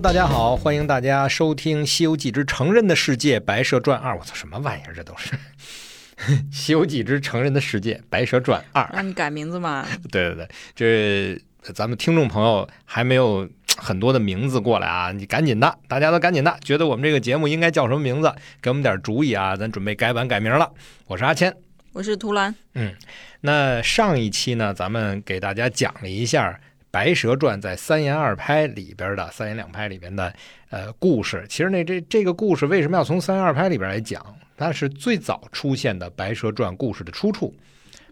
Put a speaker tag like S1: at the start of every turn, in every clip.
S1: 大家好，欢迎大家收听《西游记之成人的世界》《白蛇传二》。我操，什么玩意儿？这都是《 西游记之成人的世界》《白蛇传二》。
S2: 让你改名字嘛？
S1: 对对对，这咱们听众朋友还没有很多的名字过来啊，你赶紧的，大家都赶紧的，觉得我们这个节目应该叫什么名字，给我们点主意啊，咱准备改版改名了。我是阿谦。
S2: 我是图兰，
S1: 那上一期呢，咱们给大家讲了一下《白蛇传》在三言二拍里边的三言两拍里边的呃故事。其实那这这个故事为什么要从三言二拍里边来讲？它是最早出现的《白蛇传》故事的出处。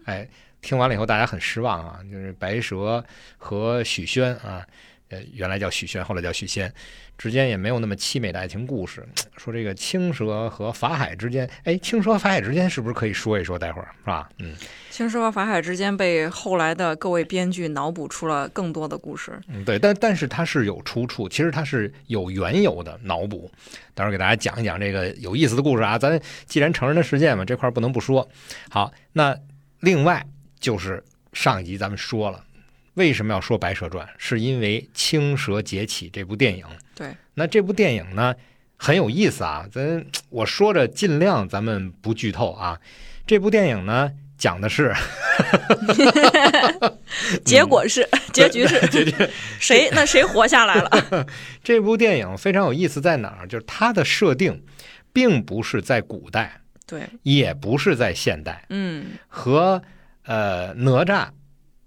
S1: 哎，听完了以后大家很失望啊，就是白蛇和许宣啊，呃，原来叫许宣，后来叫许仙，之间也没有那么凄美的爱情故事。说这个青蛇和法海之间，哎，青蛇和法海之间是不是可以说一说？待会儿是吧？嗯。
S2: 青蛇和法海之间被后来的各位编剧脑补出了更多的故事。
S1: 嗯，对，但但是它是有出处，其实它是有缘由的脑补。待会儿给大家讲一讲这个有意思的故事啊。咱既然成人的世界嘛，这块儿不能不说。好，那另外就是上一集咱们说了，为什么要说《白蛇传》，是因为《青蛇劫起》这部电影。
S2: 对，
S1: 那这部电影呢很有意思啊，咱我说着尽量咱们不剧透啊。这部电影呢讲的是
S2: 结果是，结局是，结局谁那谁活下来了？
S1: 这部电影非常有意思在哪儿？就是它的设定，并不是在古代，
S2: 对，
S1: 也不是在现代，
S2: 嗯，
S1: 和呃哪吒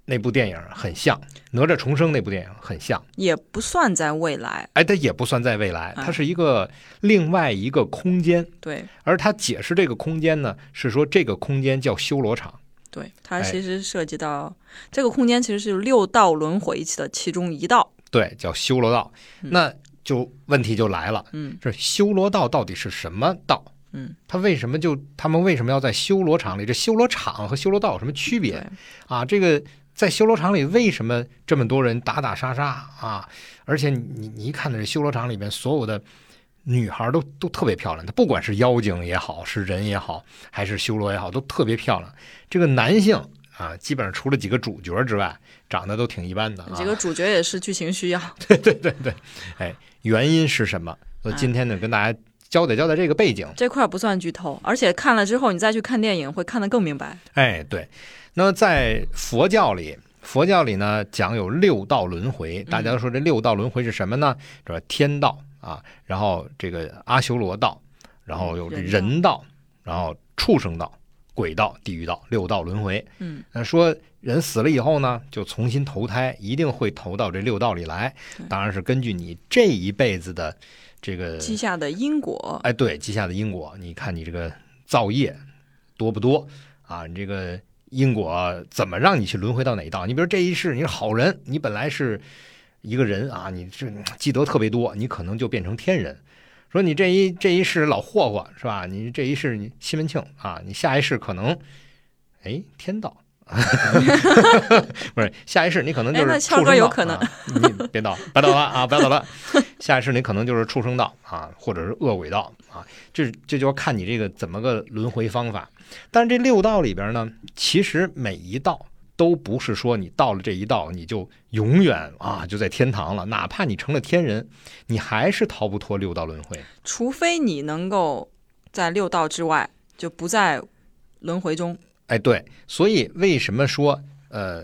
S1: 那部电影很像，哪吒重生那部电影很像。
S2: 也不算在未来。
S1: 哎，它也不算在未来，
S2: 哎
S1: 它是一个另外一个空间。
S2: 对
S1: 而它解释这个空间呢，是说这个空间叫修罗场。
S2: 对，它
S1: 哎
S2: 其实涉及到、这个空间，其实是六道轮回的其中一道。
S1: 对，叫修罗道。
S2: 嗯
S1: 那就问题就来了，
S2: 嗯
S1: 这修罗道到底是什么道？
S2: 嗯，
S1: 他为什么就他们为什么要在修罗场里？这修罗场和修罗道有什么区别
S2: 对，
S1: 啊？这个在修罗场里为什么这么多人打打杀杀啊？而且你你你一看到这修罗场里边所有的女孩都都特别漂亮，她不管是妖精也好，是人也好，还是修罗也好，都特别漂亮。这个男性啊，基本上除了几个主角之外，长得都挺一般的、啊。
S2: 几个主角也是剧情需要。
S1: 原因是什么？我
S2: 嗯
S1: 今天呢，跟大家交代交代这个背景。
S2: 这块不算剧透，而且看了之后你再去看电影会看得更明白。
S1: 哎，对。那么在佛教里，佛教里呢讲有六道轮回，大家都说这六道轮回是什么呢？说天道啊，然后这个阿修罗道，然后有这嗯
S2: 人道
S1: 人道，然后畜生道、鬼道、地狱道，六道轮回。
S2: 嗯，
S1: 那说人死了以后呢，就重新投胎，一定会投到这六道里来
S2: 对。
S1: 当然是根据你这一辈子的这个
S2: 记下的因果，
S1: 哎，对，记下的因果，你看你这个造业多不多啊？你这个因果怎么让你去轮回到哪一道？你比如这一世你是好人，你本来是一个人啊，你这积德特别多，你可能就变成天人。说你这一这一世老霍霍是吧？你这一世你西门庆啊，你下一世可能哎天道。 不是，下一世你可能就
S2: 哎那
S1: 是畜
S2: 谦儿哥
S1: 生
S2: 有
S1: 道
S2: 可能
S1: 啊，你别捣，别捣乱啊，别捣乱。下一世你可能就是畜生道啊，或者是恶鬼道啊，这这就要看你这个怎么个轮回方法。但是这六道里边呢，其实每一道都不是说你到了这一道你就永远啊就在天堂了，哪怕你成了天人，你还是逃不脱六道轮回。
S2: 除非你能够在六道之外，就不在轮回中。
S1: 哎，对，所以为什么说呃，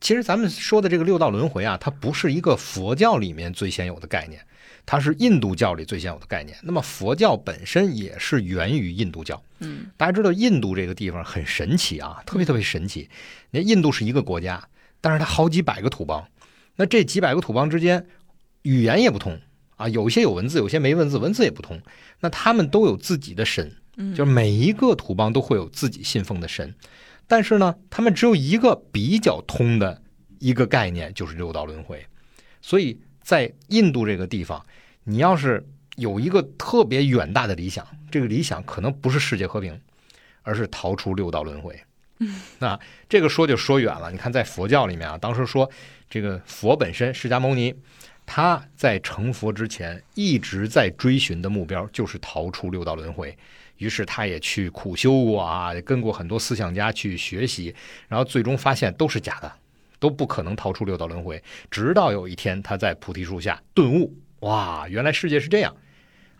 S1: 其实咱们说的这个六道轮回啊，它不是一个佛教里面最先有的概念，它是印度教里最先有的概念。那么佛教本身也是源于印度教。
S2: 嗯，
S1: 大家知道印度这个地方很神奇啊，特别特别神奇。你看印度是一个国家，但是它好几百个土邦，那这几百个土邦之间语言也不同啊，有些有文字，有些没文字，文字也不同。那他们都有自己的神，
S2: 嗯
S1: 就是每一个土邦都会有自己信奉的神，但是呢，他们只有一个比较通的一个概念，就是六道轮回。所以在印度这个地方，你要是有一个特别远大的理想，这个理想可能不是世界和平，而是逃出六道轮回。那这个说就说远了。你看，在佛教里面啊，当时说这个佛本身释迦牟尼，他在成佛之前一直在追寻的目标就是逃出六道轮回。于是他也去苦修过啊，跟过很多思想家去学习，然后最终发现都是假的，都不可能逃出六道轮回。直到有一天，他在菩提树下顿悟，哇，原来世界是这样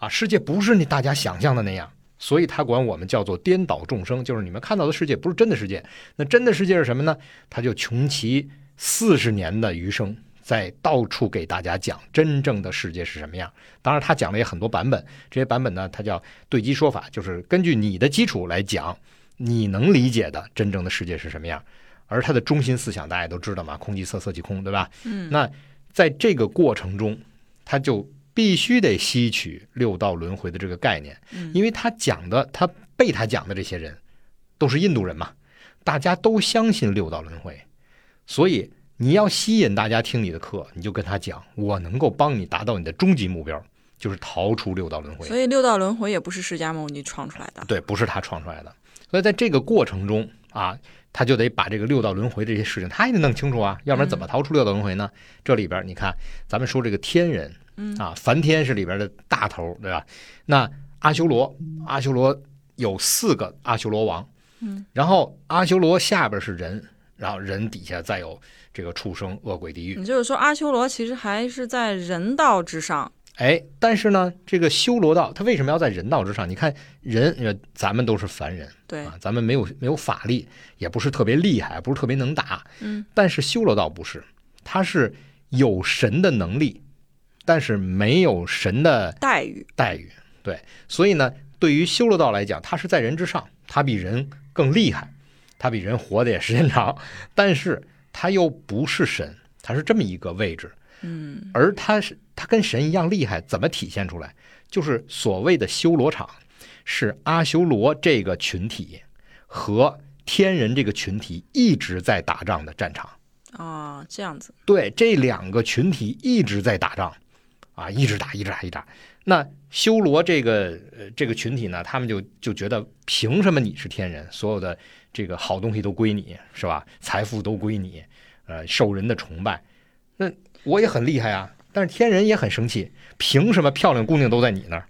S1: 啊！世界不是你大家想象的那样，所以他管我们叫做颠倒众生，就是你们看到的世界不是真的世界。那真的世界是什么呢？他就穷其四十年的余生，在到处给大家讲真正的世界是什么样。当然，他讲了也很多版本，这些版本呢，它叫对基说法，就是根据你的基础来讲，你能理解的真正的世界是什么样。而他的中心思想大家也都知道嘛，空即色，色即空，对吧？
S2: 嗯，
S1: 那在这个过程中，他就必须得吸取六道轮回的这个概念，
S2: 嗯
S1: 因为他讲的，他被他讲的这些人都是印度人嘛，大家都相信六道轮回，所以你要吸引大家听你的课，你就跟他讲，我能够帮你达到你的终极目标，就是逃出六道轮回。
S2: 所以六道轮回也不是释迦牟尼创出来的。
S1: 对，不是他创出来的。所以在这个过程中啊，他就得把这个六道轮回这些事情，他也得弄清楚啊，要不然怎么
S2: 嗯
S1: 逃出六道轮回呢？这里边你看，咱们说这个天人，
S2: 嗯
S1: 啊，梵天是里边的大头，对吧？那阿修罗，阿修罗有四个阿修罗王，
S2: 嗯，
S1: 然后阿修罗下边是人，然后人底下再有这个畜生、恶鬼、地狱。
S2: 你就是说阿修罗其实还是在人道之上，
S1: 哎，但是呢，这个修罗道它为什么要在人道之上？你看人，呃咱们都是凡人。
S2: 对，
S1: 啊，咱们没有没有法力，也不是特别厉害，不是特别能打。
S2: 嗯，
S1: 但是修罗道不是，他是有神的能力，但是没有神的
S2: 待遇，
S1: 待遇。对，所以呢，对于修罗道来讲，他是在人之上，他比人更厉害，他比人活得也时间长，但是他又不是神，他是这么一个位置。
S2: 嗯，
S1: 而他是他跟神一样厉害，怎么体现出来？就是所谓的修罗场，是阿修罗这个群体和天人这个群体一直在打仗的战场。
S2: 啊，这样子，
S1: 对，这两个群体一直在打仗，啊，一直打，一直打，一直打。那修罗这个呃这个群体呢，他们就就觉得凭什么你是天人，所有的这个好东西都归你是吧？财富都归你，呃，受人的崇拜。那我也很厉害啊，但是天人也很生气，凭什么漂亮姑娘都在你那儿？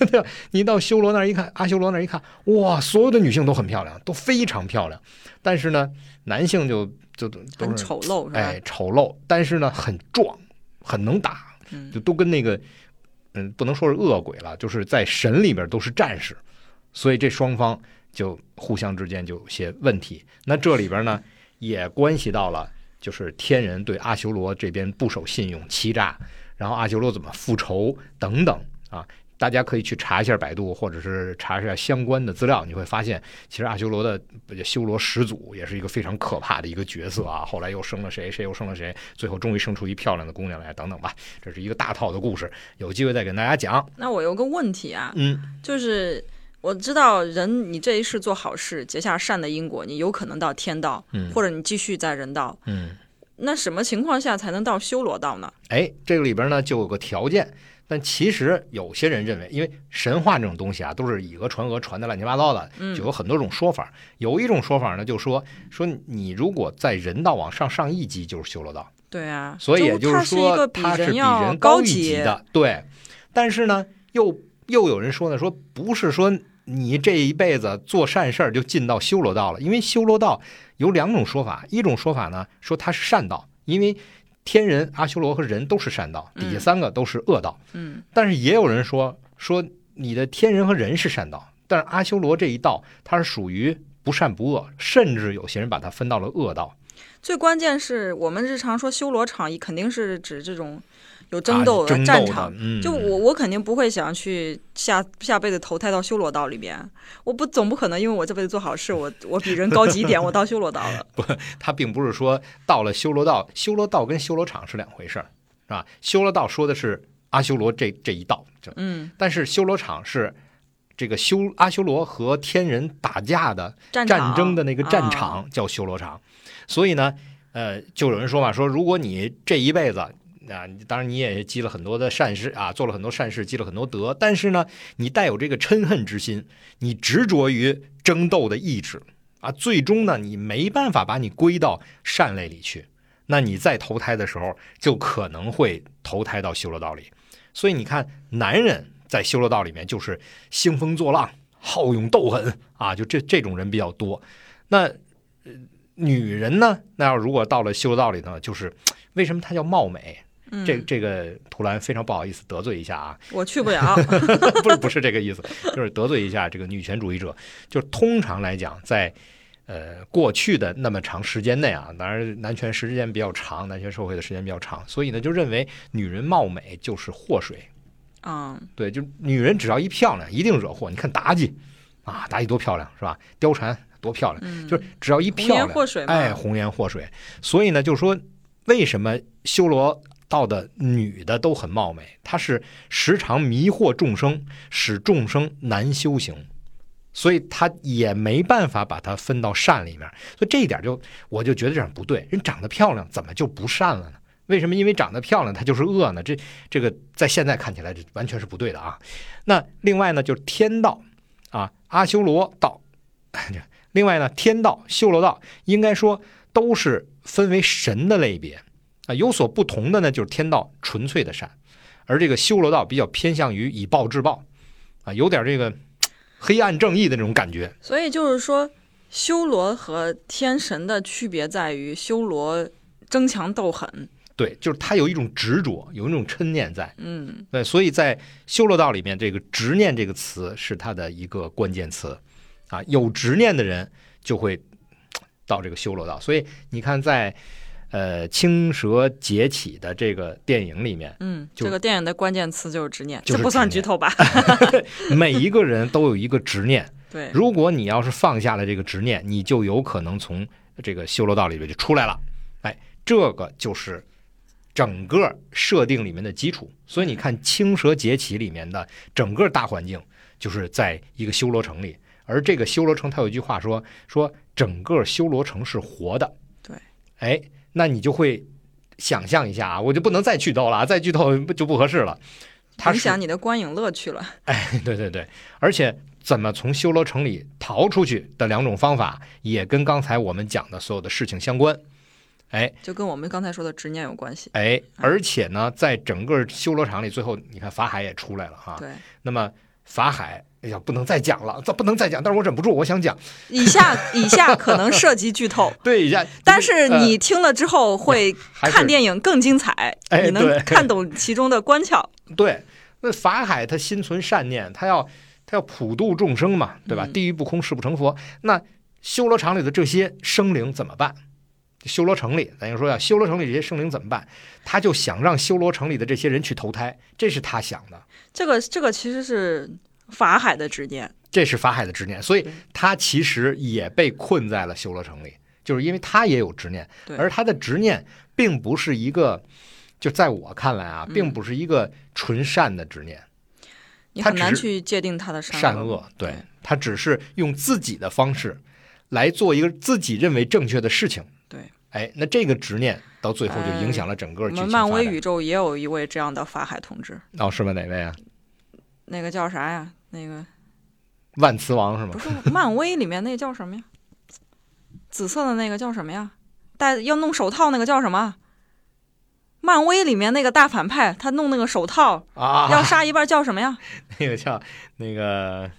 S1: 对吧？你到修罗那儿一看，阿修罗那儿一看，哇，所有的女性都很漂亮，都非常漂亮，但是呢，男性就就都都
S2: 很
S1: 是
S2: 丑陋是吧？
S1: 哎，丑陋，但是呢很壮，很能打，
S2: 嗯
S1: 就都跟那个，嗯，不能说是恶鬼了，就是在神里边都是战士，所以这双方就互相之间就有些问题。那这里边呢也关系到了，就是天人对阿修罗这边不守信用、欺诈，然后阿修罗怎么复仇等等啊。大家可以去查一下百度，或者是查一下相关的资料，你会发现，其实阿修罗的修罗始祖也是一个非常可怕的一个角色啊。后来又生了谁，谁又生了谁，最后终于生出一漂亮的姑娘来，等等吧。这是一个大套的故事，有机会再给大家讲。
S2: 那我有个问题啊，
S1: 嗯，
S2: 就是我知道人你这一世做好事，结下善的因果，你有可能到天道，
S1: 嗯
S2: 或者你继续在人道。
S1: 嗯，
S2: 那什么情况下才能到修罗道呢？
S1: 哎，这个里边呢就有个条件，但其实有些人认为，因为神话这种东西啊，都是以讹传讹，传的乱七八糟的，
S2: 嗯
S1: 就有很多种说法。有一种说法呢，就说说你如果在人道往上上一级，就是修罗道。
S2: 对啊，
S1: 所以也
S2: 就
S1: 就是
S2: 是一
S1: 说
S2: 个，
S1: 它是
S2: 人
S1: 比
S2: 要
S1: 人高一级
S2: 级，
S1: 的，对。但是呢，又又有人说呢，说不是说你这一辈子做善事儿就进到修罗道了，因为修罗道有两种说法，一种说法呢说它是善道，因为天人、阿修罗和人都是善道，底下
S2: 嗯
S1: 三个都是恶道。
S2: 嗯，
S1: 但是也有人说说你的天人和人是善道，但是阿修罗这一道它是属于不善不恶，甚至有些人把它分到了恶道。
S2: 最关键是我们日常说修罗场，肯定是指这种有
S1: 啊
S2: 争斗的
S1: 争斗
S2: 战
S1: 的
S2: 场。
S1: 嗯、
S2: 就我，我肯定不会想去下下辈子投胎到修罗道里边，我不总不可能因为我这辈子做好事，我我比人高级一点，我到修罗道了。
S1: 他并不是说到了修罗道，修罗道跟修罗场是两回事儿，是吧？修罗道说的是阿修罗这这一道，就
S2: 嗯，
S1: 但是修罗场是这个修阿修罗和天人打架的
S2: 战
S1: 战
S2: 场
S1: 争的那个战
S2: 啊
S1: 场叫修罗场，所以呢，呃，就有人说嘛，说如果你这一辈子。啊，你当然你也积了很多的善事啊，做了很多善事，积了很多德，但是呢，你带有这个嗔恨之心，你执着于争斗的意志啊，最终呢，你没办法把你归到善类里去，那你再投胎的时候，就可能会投胎到修罗道里。所以你看，男人在修罗道里面就是兴风作浪、好勇斗狠啊，就这这种人比较多。那、呃女人呢，那要如果到了修罗道里呢，就是为什么她叫貌美？
S2: 嗯
S1: 这这个图兰非常不好意思得罪一下啊，
S2: 我去不了，
S1: 不是不是这个意思，就是得罪一下这个女权主义者。就是通常来讲，在呃过去的那么长时间内啊，当然男权时间比较长，男权社会的时间比较长，所以呢就认为女人貌美就是祸水。
S2: 嗯
S1: 对，就女人只要一漂亮，一定惹祸。你看妲己啊，妲己多漂亮是吧？貂蝉多漂亮，
S2: 嗯，
S1: 就是只要一
S2: 红
S1: 漂
S2: 颜
S1: 亮，
S2: 祸水嘛，
S1: 哎，红颜祸水。所以呢，就说为什么修罗道的女的都很貌美？她是时常迷惑众生，使众生难修行，所以她也没办法把它分到善里面。所以这一点就我就觉得这样不对。人长得漂亮怎么就不善了呢？为什么？因为长得漂亮，她就是恶呢？这这个在现在看起来这完全是不对的啊。那另外呢，就是天道啊，阿修罗道。 另外呢，天道、修罗道应该说都是分为神的类别啊，有所不同的呢，就是天道纯粹的善，而这个修罗道比较偏向于以暴制暴啊，有点这个嘖黑暗正义的那种感觉。
S2: 所以就是说，修罗和天神的区别在于，修罗争强斗狠，
S1: 对，就是他有一种执着，有一种嗔念在。
S2: 嗯
S1: 对，所以在修罗道里面，这个执念这个词是它的一个关键词啊，有执念的人就会嘖到这个修罗道。所以你看在，呃青蛇劫起的这个电影里面。
S2: 嗯，
S1: 就
S2: 这个电影的关键词就是执念，
S1: 就是
S2: 这不算
S1: 执念
S2: 剧透吧？
S1: 每一个人都有一个执念，
S2: 对，
S1: 如果你要是放下了这个执念，你就有可能从这个修罗道里边就出来了。哎，这个就是整个设定里面的基础。所以你看《青蛇劫起》里面的整个大环境，就是在一个修罗城里，而这个修罗城，它有一句话说说整个修罗城是活的。
S2: 对，
S1: 哎，那你就会想象一下啊，我就不能再剧透了啊，再剧透就不合适了。它
S2: 影
S1: 是
S2: 响你的观影乐趣了。
S1: 对对对，而且怎么从修罗城里逃出去的两种方法，也跟刚才我们讲的所有的事情相关。哎
S2: 就跟我们刚才说的执念有关系。
S1: 哎，而且呢，在整个修罗场里，最后你看法海也出来了哈、
S2: 对，
S1: 那么法海，哎呀，不能再讲了，这不能再讲，但是我忍不住，我想讲。
S2: 以下以下可能涉及 剧透，
S1: 对一下，
S2: 但是
S1: 呃
S2: 你听了之后会
S1: 还是
S2: 看电影更精彩，
S1: 哎对
S2: 你能看懂其中的关窍。
S1: 对，那法海他心存善念，他要他要普度众生嘛，对吧？
S2: 嗯
S1: 地狱不空，誓不成佛。那修罗场里的这些生灵怎么办？修罗城里，咱就说呀，修罗城里这些生灵怎么办？他就想让修罗城里的这些人去投胎，这是他想的，
S2: 这个这个其实是法海的执念，
S1: 这是法海的执念，所以他其实也被困在了修罗城里，就是因为他也有执念，
S2: 对
S1: 而他的执念并不是一个，就在我看来啊，
S2: 嗯
S1: 并不是一个纯善的执念。
S2: 你
S1: 他
S2: 很难
S1: 只是
S2: 去界定他的善恶。
S1: 善恶，对
S2: 对
S1: 他只是用自己的方式来做一个自己认为正确的事情。
S2: 对，哎
S1: 哎，那这个执念到最后就影响了整个
S2: 我
S1: 剧情
S2: 们
S1: 发
S2: 漫
S1: 展。
S2: 威宇宙也有一位这样的法海同志，
S1: 哦，是吗？哪位啊？
S2: 那个叫啥呀？那个
S1: 万磁王是吗
S2: 不？是漫威里面那叫什么呀？紫色的那个叫什么呀？戴要弄手套那个叫什么？漫威里面那个大反派，他弄那个手套要
S1: 啊，
S2: 杀一半叫什 么呀？
S1: 那个叫那个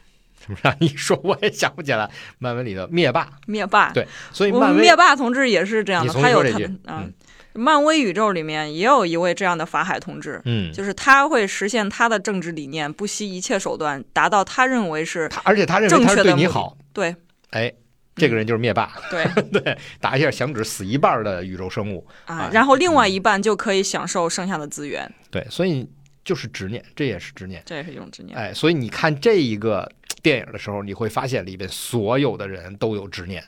S1: 什么 啥？你说我也想不起来。漫威里的灭霸，
S2: 灭霸。
S1: 对所以
S2: 我们
S1: 漫威
S2: 灭霸同志也是这样的，
S1: 你重
S2: 他
S1: 新说
S2: 有
S1: 这
S2: 他
S1: 句
S2: 啊
S1: 嗯，
S2: 漫威宇宙里面也有一位这样的法海同志，
S1: 嗯，
S2: 就是他会实现他的政治理念，不惜一切手段，达到他认为是
S1: 他而且他认为他是对你好，
S2: 对
S1: 哎。这个人就是灭霸，
S2: 嗯对
S1: 打一下响指死一半的宇宙生物。
S2: 啊
S1: 哎，
S2: 然后另外一半就可以享受剩下的资源，
S1: 对，所以就是执念，这也是执念。
S2: 这也是一种执念。
S1: 哎，所以你看这一个电影的时候，你会发现里边所有的人都有执念。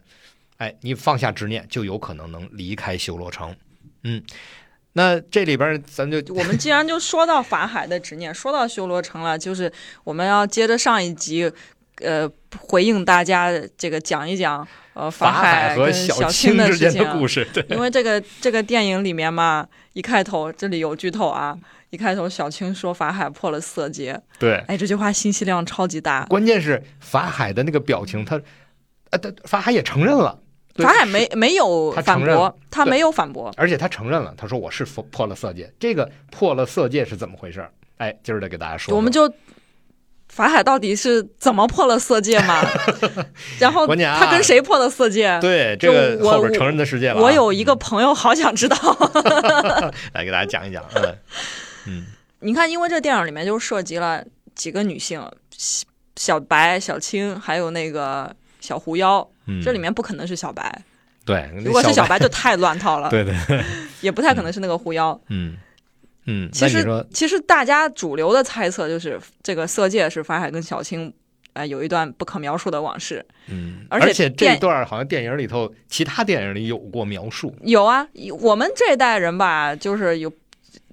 S1: 哎，你放下执念，就有可能能离开修罗城。嗯，那这里边咱们就
S2: 我们既然就说到法海的执念，说到修罗城了，就是我们要接着上一集，呃，回应大家这个讲一讲呃海
S1: 海和
S2: 跟
S1: 小
S2: 青
S1: 青之
S2: 事
S1: 间
S2: 情
S1: 的
S2: 啊。
S1: 故事。对，
S2: 因为这个这个电影里面嘛，一开头这里有剧透啊，一开头小青说法海破了色戒，
S1: 对，
S2: 哎，这句话信息量超级大。
S1: 关键是法海的那个表情，他，呃，他法海也承认了，对
S2: 法海没没有
S1: 他
S2: 反
S1: 承认了
S2: 驳，他
S1: 对
S2: 没有反驳，
S1: 而且他承认了，他说我是破破了色戒。这个破了色戒是怎么回事儿？哎，今儿得给大家说说。
S2: 我们就法海到底是怎么破了色戒 嘛？然后
S1: 关键啊
S2: 他跟谁破的色戒？
S1: 对，这
S2: 就
S1: 个
S2: 我
S1: 后边
S2: 我
S1: 成人的世界了啊。
S2: 我有一个朋友好想知道。
S1: 来给大家讲一讲，嗯嗯，
S2: 你看，因为这电影里面就涉及了几个女性，小小白、小青，还有那个小狐妖。
S1: 嗯
S2: 这里面不可能是小白，
S1: 对，那
S2: 如果是小
S1: 白，
S2: 白就太乱套了，
S1: 对对，
S2: 也不太可能是那个狐妖。
S1: 嗯嗯，
S2: 其
S1: 那你说
S2: 实，其实大家主流的猜测就是这个色戒是法海跟小青，呃，有一段不可描述的往事。
S1: 嗯，
S2: 而
S1: 而
S2: 且
S1: 且这
S2: 电
S1: 一段好像电影里头，其他电影里有过描述，
S2: 有啊，我们这代人吧，就是有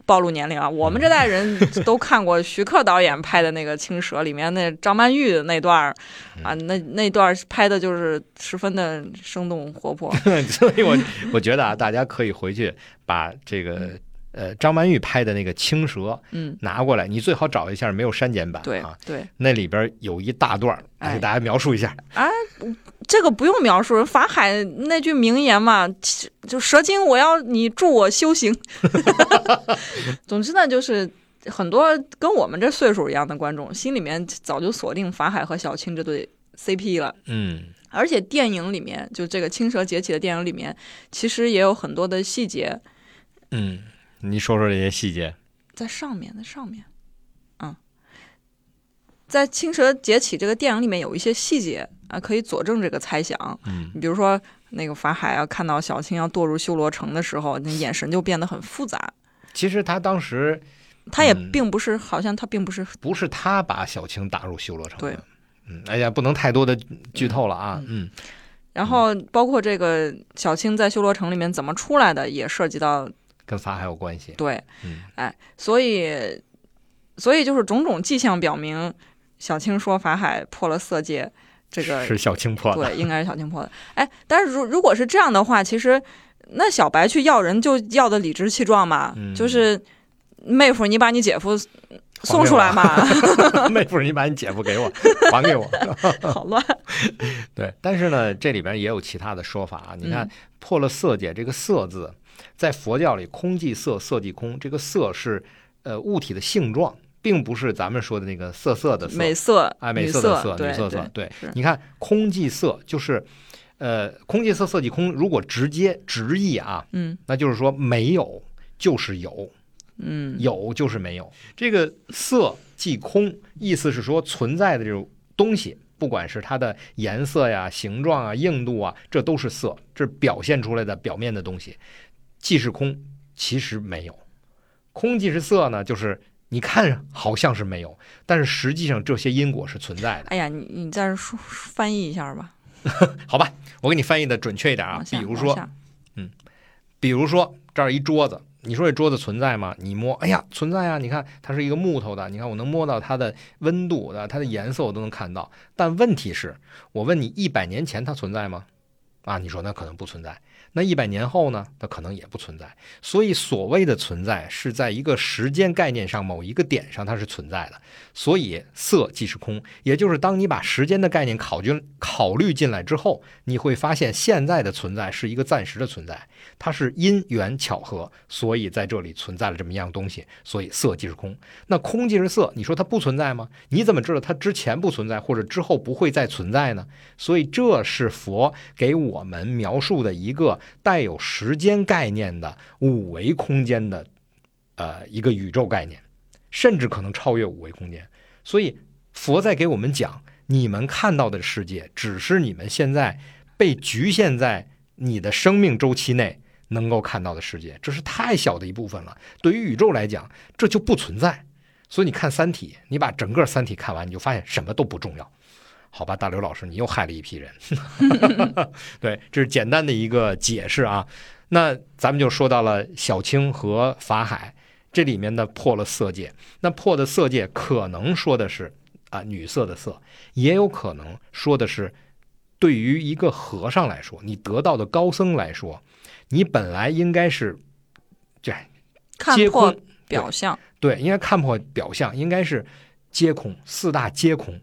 S2: 暴露年龄啊。我们这代人
S1: 嗯
S2: 都看过徐克导演拍的那个《青蛇》，里面那张曼玉那段儿
S1: 嗯
S2: 啊，那那段儿拍的就是十分的生动活泼。
S1: 所以我我觉得啊，大家可以回去把这个呃张曼玉拍的那个《青蛇》
S2: 嗯，
S1: 拿过来，你最好找一下没有删减版
S2: 对
S1: 啊，
S2: 对，
S1: 那里边有一大段儿，来
S2: 哎
S1: 给大家描述一下。
S2: 这个不用描述。法海那句名言嘛，其就蛇精，我要你助我修行。 总之呢，就是。很多跟我们这岁数一样的观众，心里面早就锁定法海和小青这对 CP 了。
S1: 嗯
S2: 而且电影里面，就这个《青蛇崛起》的电影里面，其实也有很多的细节
S1: 嗯，你说说这些细节。
S2: 在上面，在上面，嗯，在《青蛇崛起》这个电影里面有一些细节啊，可以佐证这个猜想。
S1: 嗯
S2: 你比如说，那个法海啊，看到小青要堕入修罗城的时候，那眼神就变得很复杂。
S1: 其实他当时
S2: 他也
S1: 嗯
S2: 并不是，好像他并不是
S1: 不是他把小青打入修罗城的。
S2: 对
S1: 嗯，哎呀，不能太多的剧透了啊。嗯
S2: 然后包括这个小青在修罗城里面怎么出来的，也涉及到
S1: 跟法海有关系。
S2: 对，
S1: 嗯
S2: 哎，所以，所以就是种种迹象表明，小青说法海破了色戒，这个
S1: 是小青破的。
S2: 对，应该是小青破的。哎，但是如如果是这样的话，其实那小白去要人就要的理直气壮嘛，
S1: 嗯
S2: 就是妹夫，你把你姐夫送
S1: 还给
S2: 出
S1: 我
S2: 来 嘛，
S1: 妹夫，你把你姐夫给我，还给我。
S2: 好乱。
S1: 对，但是呢，这里边也有其他的说法啊。你看
S2: 嗯，
S1: 破了色戒这个“色”字，在佛教里，空即色，色即空。这个“色”是呃物体的性状，并不是咱们说的那个色色的色，
S2: 美色，
S1: 啊，美
S2: 女
S1: 色
S2: 色
S1: 的，色，
S2: 对
S1: 女色色
S2: 对。
S1: 对
S2: 是，
S1: 你看空即色就是，呃，空即色，色即空。如果直接直译啊，
S2: 嗯
S1: 那就是说没有就是有，
S2: 嗯，
S1: 有就是没有。这个色即空，意思是说存在的这种东西，不管是它的颜色呀、形状啊、硬度啊，这都是色，这是表现出来的表面的东西，既是空，其实没有。空即是色呢，就是你看着好像是没有，但是实际上这些因果是存在的，
S2: 哎呀，你你再说翻译一下吧。
S1: 好吧？我给你翻译的准确一点啊
S2: 往，下
S1: 比如
S2: 往
S1: 说
S2: 下
S1: 比如说这儿一桌子，你说这桌子存在吗？你摸，哎呀，存在啊！你看它是一个木头的，你看我能摸到它的温度的，它的颜色我都能看到。但问题是，我问你，一百年前它存在吗？啊，你说那可能不存在。那一百年后呢？那可能也不存在。所以所谓的存在，是在一个时间概念上某一个点上它是存在的。所以色即是空，也就是当你把时间的概念考虑考虑进来之后，你会发现现在的存在是一个暂时的存在。它是因缘巧合，所以在这里存在了这么一样东西，所以色即是空。那空即是色，你说它不存在吗？你怎么知道它之前不存在，或者之后不会再存在呢？所以这是佛给我们描述的一个带有时间概念的五维空间的，呃，一个宇宙概念，甚至可能超越五维空间。所以佛在给我们讲，你们看到的世界，只是你们现在被局限在你的生命周期内能够看到的世界，这是太小的一部分了。对于宇宙来讲，这就不存在。所以你看《三体》，你把整个《三体》看完，你就发现什么都不重要。好吧，大刘老师，你又害了一批人。 对，这是简单的一个解释啊。那咱们就说到了小青和法海这里面的破了色戒。那破的色戒可能说的是啊、女色的色，也有可能说的是对于一个和尚来说，你得道的高僧来说，你本来应该是对
S2: 看
S1: 皆
S2: 破
S1: 空
S2: 表象，
S1: 对，应该看破表象，应该是皆空，四大皆空。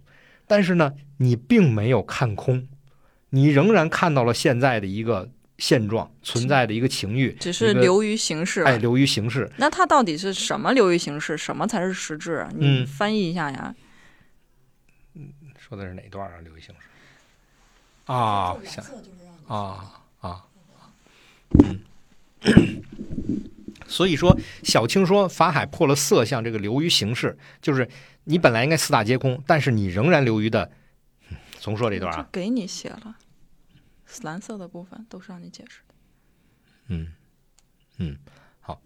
S1: 但是呢，你并没有看空，你仍然看到了现在的一个现状，存在的一个情欲，
S2: 只是
S1: 一个
S2: 流于形式吧。
S1: 哎流于形式。
S2: 那它到底是什么流于形式？什么才是实质啊？你
S1: 嗯
S2: 翻译一下呀。
S1: 说的是哪段啊？刘一兴是啊
S3: 这，
S1: 想
S3: 蓝色就是让你
S1: 啊啊，嗯，所以说小青说法海破了色相，这个流于形式，就是你本来应该四大皆空，但是你仍然流于的。嗯重说这段
S2: 就
S1: 啊，
S2: 给你写了，蓝色的部分都是让你解释的。
S1: 嗯嗯，好，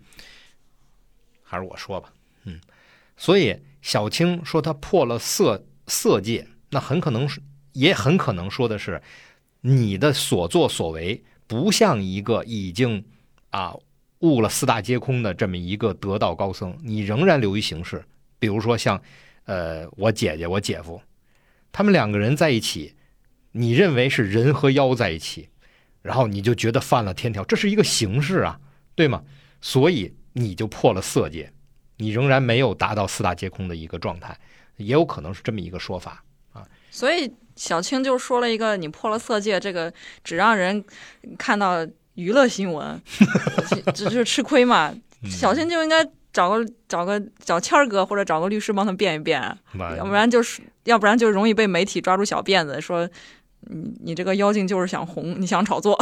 S1: 还是我说吧，嗯，所以小青说他破了色色戒，那很可能是，也很可能说的是你的所作所为不像一个已经啊悟了四大皆空的这么一个得道高僧，你仍然流于形式。比如说像呃我姐姐我姐夫，他们两个人在一起，你认为是人和妖在一起，然后你就觉得犯了天条，这是一个形式啊，对吗？所以你就破了色戒，你仍然没有达到四大皆空的一个状态，也有可能是这么一个说法。
S2: 所以小青就说了一个：“你破了色戒，这个只让人看到娱乐 新闻，这这就是吃亏嘛。
S1: 嗯
S2: 小青就应该找个找个找谦儿哥或者找个律师帮他辩一辩，
S1: 完
S2: 要不然就是要不然就容易被媒体抓住小辫子，说你你这个妖精就是想红，你想炒作。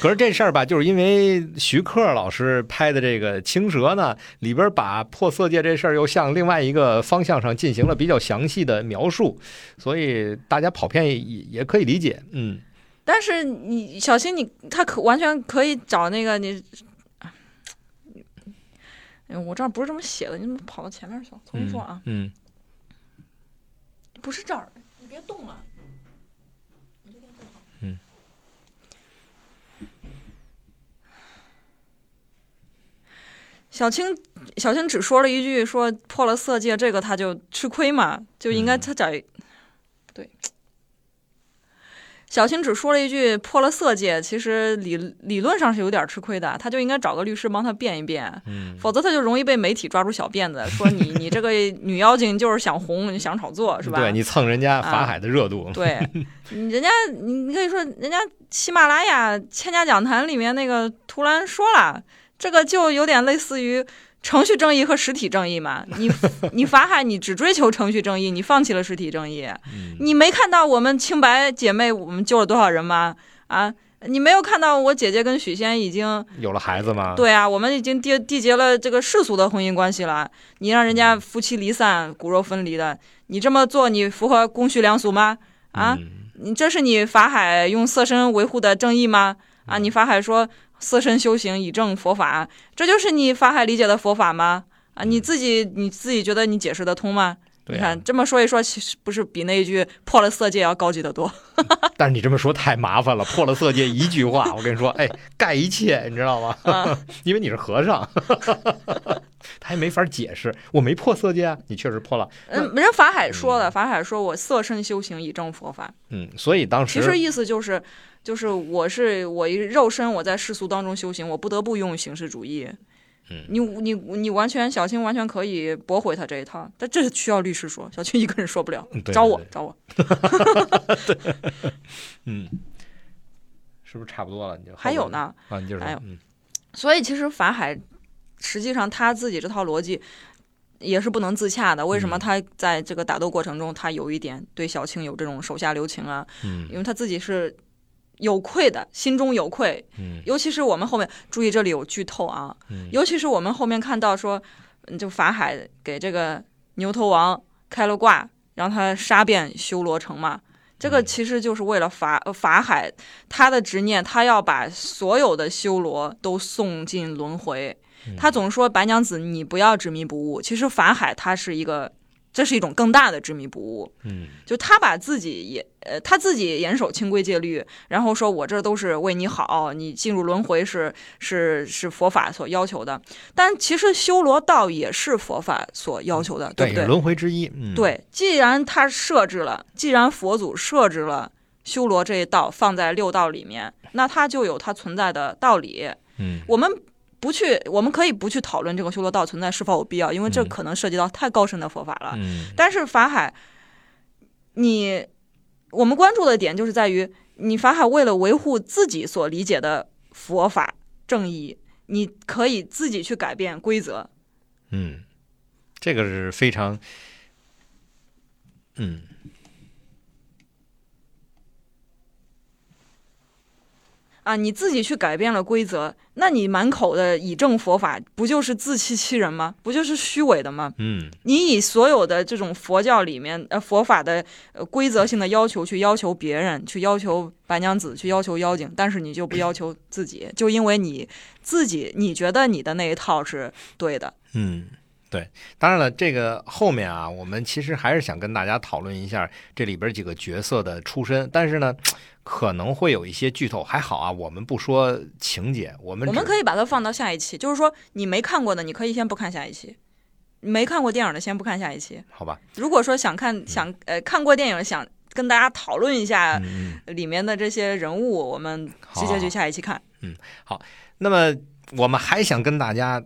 S1: 可是这事儿吧，就是因为徐克老师拍的这个《青蛇》呢，里边把破色戒这事儿又向另外一个方向上进行了比较详细的描述，所以大家跑偏也也也可以理解。嗯，
S2: 但是你小青你，他可完全可以找那个你。哎，我这儿不是这么写的，你怎么跑到前面去了？重新说啊，
S1: 嗯，
S2: 不是这儿，
S3: 你别动啊！你这边动好。
S1: 嗯
S2: 小青，小青只说了一句，说破了色戒，这个他就吃亏嘛，就应该
S1: 嗯
S2: 他找一、不对。小青只说了一句破了色戒，其实理理论上是有点吃亏的，他就应该找个律师帮他辩一辩，
S1: 嗯
S2: 否则他就容易被媒体抓住小辫子，说你你这个女妖精就是想红，你想炒作是吧？啊
S1: 对你蹭人家法海的热 度，
S2: 对，你人家你你可以说，人家喜马拉雅千家讲坛里面那个图兰说了，这个就有点类似于程序正义和实体正义嘛。 你你法海，你只追求程序正义，你放弃了实体正义，
S1: 嗯
S2: 你没看到我们清白姐妹我们救了多少人吗？啊，你没有看到我姐姐跟许仙已经
S1: 有了孩子吗？，
S2: 对啊，我们已经缔缔结了这个世俗的婚姻关系了。你让人
S1: 嗯
S2: 家夫妻离散、骨肉分离的，你这么做，你符合公序良俗吗？啊，
S1: 嗯、
S2: 你这是你法海用色身维护的正义吗？啊，你法海说色身修行以正佛法，这就是你法海理解的佛法吗？啊，你自己你自己觉得你解释得通吗？
S1: 对
S2: 你
S1: 啊、
S2: 看这么说一说，其实不是比那一句破了色戒要高级得多。
S1: 但是你这么说太麻 烦了，破了色戒一句话，我跟你说，哎，盖一切，你知道吗？
S2: 嗯
S1: 因为你是和尚， 他还没法解释，我没破色戒啊，你确实破了，
S2: 嗯，人法海说的，法海说我色身修行以正佛法，
S1: 嗯，所以当时
S2: 其实意思就是，就是我是我一肉身，我在世俗当中修行，我不得不用形式主义。
S1: 嗯
S2: 你你你完全小青完全可以驳回他这一套，但这需要律师说，小青一个人说不了，
S1: 嗯对
S2: 找我
S1: 对对
S2: 找我。
S1: 嗯，是不是差不多了？你就
S2: 还有呢，
S1: 啊，你就是
S2: 还有
S1: 嗯
S2: 所以其实法海实际上他自己这套逻辑也是不能自洽的。为什
S1: 嗯
S2: 么他在这个打斗过程中，他有一点对小青有这种手下留情啊？
S1: 嗯
S2: 因为他自己是有愧的，心中有愧，
S1: 嗯
S2: 尤其是我们后面注意这里有剧透啊，
S1: 嗯
S2: 尤其是我们后面看到说，嗯就法海给这个牛头王开了挂，让他杀遍修罗城嘛。这个
S1: 嗯
S2: 其实就是为了法呃法海他的执念，他要把所有的修罗都送进轮回。
S1: 嗯
S2: 他总说白娘子你不要执迷不悟，其实法海他是一个，这是一种更大的执迷不悟。
S1: 嗯
S2: 就他把自己也呃他自己严守清规戒律，然后说我这都是为你好，你进入轮回是是是佛法所要求的，但其实修罗道也是佛法所要求的，
S1: 对，
S2: 不
S1: 也是
S2: 对？
S1: 轮回之一，嗯，，
S2: 对，既然他设置了，既然佛祖设置了修罗这一道放在六道里面，那它就有它存在的道理。
S1: 嗯
S2: 我们不去，我们可以不去讨论这个修罗道存在是否有必要，因为这
S1: 嗯
S2: 可能涉及到太高深的佛法了。
S1: 嗯
S2: 但是法海，你我们关注的点就是在于，你法海为了维护自己所理解的佛法正义，你可以自己去改变规则。
S1: 嗯，这个是非常，嗯，
S2: 啊，你自己去改变了规则，那你满口的以正佛法，不就是自欺欺人吗？不就是虚伪的吗？
S1: 嗯
S2: 你以所有的这种佛教里面呃佛法的呃规则性的要求去要求别人，去要求白娘子，去要求妖精，但是你就不要求自己，就因为你自己你觉得你的那一套是对的，
S1: 嗯，对。当然了，这个后面啊，我们其实还是想跟大家讨论一下这里边几个角色的出身，但是呢，可能会有一些剧透。还好啊，我们不说情节，我们
S2: 我们
S1: 只
S2: 可以把它放到下一期，就是说你没看过的，你可以先不看下一期。没看过电影的先不看下一期。
S1: 好吧？
S2: 如果说想看想呃看过电影想跟大家讨论一下
S1: 嗯嗯。
S2: 里面的这些人物，我们直接去下一期看。
S1: 那么我们还想跟大家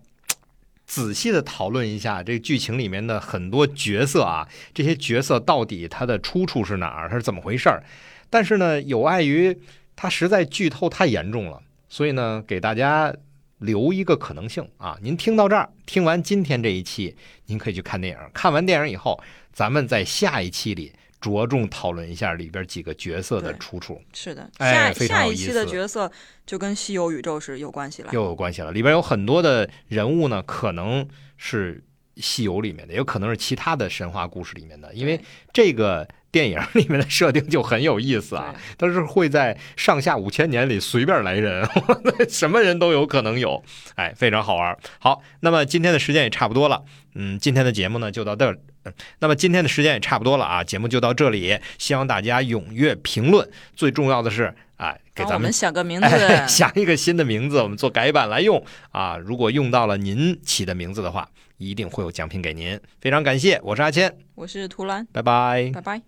S1: 仔细的讨论一下这个剧情里面的很多角色啊，这些角色到底它的出处是哪儿，它是怎么回事儿？但是呢，有碍于它实在剧透太严重了，所以呢，给大家留一个可能性啊。您听到这儿，听完今天这一期，您可以去看电影。看完电影以后，咱们在下一期里着重讨论一下里边几个角色的
S2: 对
S1: 出处。
S2: 是的，
S1: 哎
S2: 下
S1: 非常
S2: 下
S1: 有
S2: 一
S1: 意
S2: 期的
S1: 思
S2: 角色就跟西游宇宙是有关系了。
S1: 又有关系了。里边有很多的人物呢，可能是西游里面的，也有可能是其他的神话故事里面的，因为
S2: 对
S1: 这个电影里面的设定就很有意思啊。
S2: 对
S1: 它是会在上下五千年里随便来人， 什么人都有可能有，哎，非常好玩。好，那么今天的时间也差不多了，嗯，今天的节目呢就到这儿。嗯那么今天的时间也差不多了啊，节目就到这里，希望大家踊跃评论。最重要的是，啊，给
S2: 帮
S1: 咱
S2: 我
S1: 们
S2: 们想个名字，
S1: 哎，想一个新的名字，我们做改版来用啊。如果用到了您起的名字的话，一定会有奖品给您。非常感谢，我是阿谦，
S2: 我是图兰，
S1: 拜拜
S2: 拜拜。